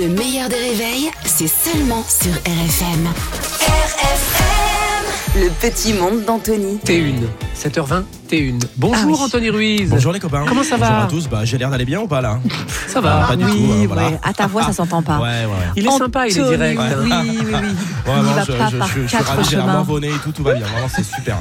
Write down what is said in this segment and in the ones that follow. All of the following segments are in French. Le meilleur des réveils, c'est seulement sur RFM. RFM Le petit monde d'Anthony. T1, 7h20, T1. Bonjour Ah oui. Anthony Ruiz. Bonjour les copains. Comment ça va Bonjour à tous. Bah, j'ai l'air d'aller bien ou pas là Ça va Ah, Pas du oui, tout. hein, ouais. voilà. À ta voix, ça s'entend pas. Ouais, ouais, ouais. Il est sympa, il est Anthony, direct. hein. Oui, oui, oui. Ouais, Il non, va je, pas je- par je- je suis quatre ravi, j'ai un chemins. abonné et tout, tout va bien. Vraiment, c'est super.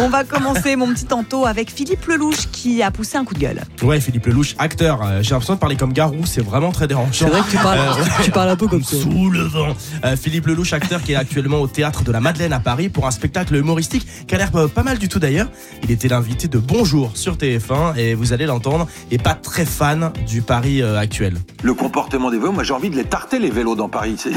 On va commencer, mon petit tanto, avec Philippe Lelouch qui a poussé un coup de gueule. Ouais, Philippe Lelouch, acteur. euh, J'ai l'impression de parler comme Garou, c'est vraiment très dérangeant. vrai que tu parles, tu parles un peu comme Euh, Sous le vent. Euh, Philippe Lelouch, acteur qui est actuellement au théâtre de la Madeleine à Paris pour un spectacle humoristique qui a l'air euh, pas mal du tout d'ailleurs. Il était l'invité de Bonjour sur TF1 et vous allez l'entendre, et pas très fan du Paris euh, actuel. le comportement des vélos, moi j'ai envie de les tarter les vélos dans Paris. C'est-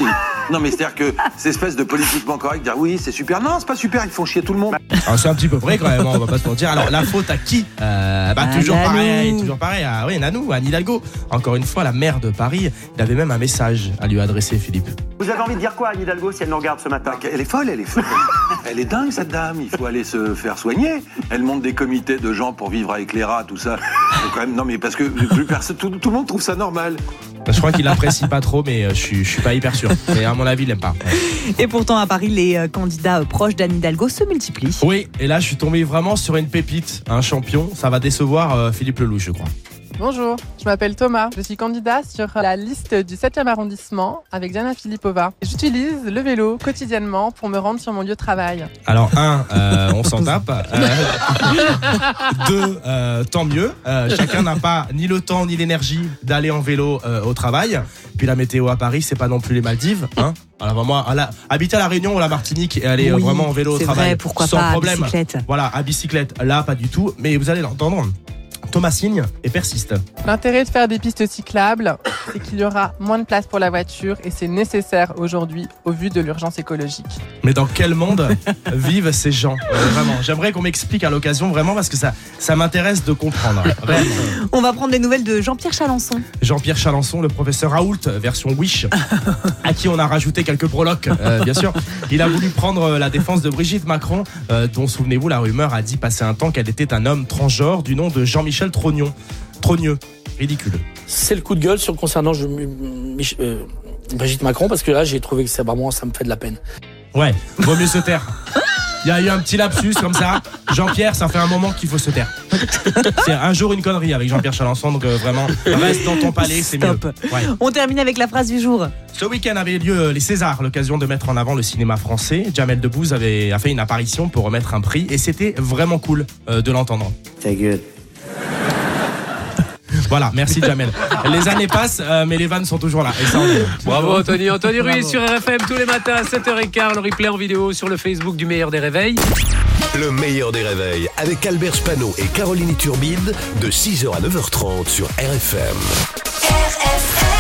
Non mais c'est-à-dire que ces espèces de politiquement correct, dire oui c'est super, non c'est pas super, ils font chier tout le monde. Alors, Ah, c'est un petit peu vrai quand même, hein, on va pas se mentir. Alors la faute à qui Euh, Bah À toujours Nanou. pareil, toujours pareil. Ah oui, Nanou, à Hidalgo. Encore une fois, la maire de Paris, il avait même un message à lui adresser, Philippe. Vous avez envie de dire quoi à Anne Hidalgo si elle nous regarde ce matin Bah, Elle est folle, elle est folle. Elle est dingue cette dame, il faut aller se faire soigner. Elle monte des comités de gens pour vivre avec les rats, tout ça. Faut Quand même, non mais parce que plus personne, tout, tout le monde trouve ça normal. Je crois qu'il l'apprécie pas trop, mais euh, je suis, je suis pas hyper sûr. Mais à mon avis, il l'aime pas. Et pourtant, à Paris, les euh, candidats euh, proches d'Anne Hidalgo se multiplient. Oui, et là, je suis tombé vraiment sur une pépite, un champion. Ça va décevoir euh, Philippe Lelouch, je crois. Bonjour, je m'appelle Thomas. Je suis candidat sur la liste du 7e arrondissement avec Diana Filipova. J'utilise le vélo quotidiennement pour me rendre sur mon lieu de travail. Alors, un, euh, on s'en tape. Euh, deux, euh, tant mieux. Euh, chacun n'a pas ni le temps ni l'énergie d'aller en vélo euh, au travail. Puis la météo à Paris, c'est pas non plus les Maldives. Hein Alors, vraiment, à la- habiter à La Réunion ou à la Martinique et aller euh, Oui, vraiment en vélo au C'est travail. vrai, pourquoi sans pas à problème. bicyclette. Voilà, à bicyclette. Là, pas du tout. Mais vous allez l'entendre. Thomas signe et persiste. L'intérêt de faire des pistes cyclables, c'est qu'il y aura moins de place pour la voiture et c'est nécessaire aujourd'hui au vu de l'urgence écologique. Mais dans quel monde vivent ces gens Euh, Vraiment, j'aimerais qu'on m'explique à l'occasion, vraiment, parce que ça, ça m'intéresse de comprendre. Vraiment. On va prendre les nouvelles de Jean-Pierre Chalençon. Jean-Pierre Chalençon, le professeur Raoult, euh, version Wish, à qui on a rajouté quelques breloques, euh, bien sûr. Il a voulu prendre euh, la défense de Brigitte Macron, euh, dont, souvenez-vous, la rumeur a dit passer un temps qu'elle était un homme transgenre du nom de Jean-Michel Trognon. Trogneux. Ridicule. C'est le coup de gueule sur concernant je- Mich- euh, Brigitte Macron parce que là j'ai trouvé que ça vraiment ça me fait de la peine. Ouais, vaut mieux se taire. Il y a eu un petit lapsus comme ça. Jean-Pierre, ça fait un moment qu'il faut se taire. C'est un jour une connerie avec Jean-Pierre Chalençon, donc euh, vraiment, reste dans ton palais, c'est mieux. Stop. Ouais. On termine avec la phrase du jour. Ce week-end avaient lieu les Césars, l'occasion de mettre en avant le cinéma français. Jamel Debbouze avait a fait une apparition pour remettre un prix et c'était vraiment cool euh, de l'entendre. Ta gueule. Voilà, merci Jamel. les années passent, euh, mais les vannes sont toujours là. Et ça, on est- Bravo Anthony, Anthony Ruiz Bravo. sur RFM tous les matins à 7h15, le replay en vidéo sur le Facebook du meilleur des réveils. Le meilleur des réveils avec Albert Spano et Caroline Turbide de 6h à 9h30 sur RFM. RFM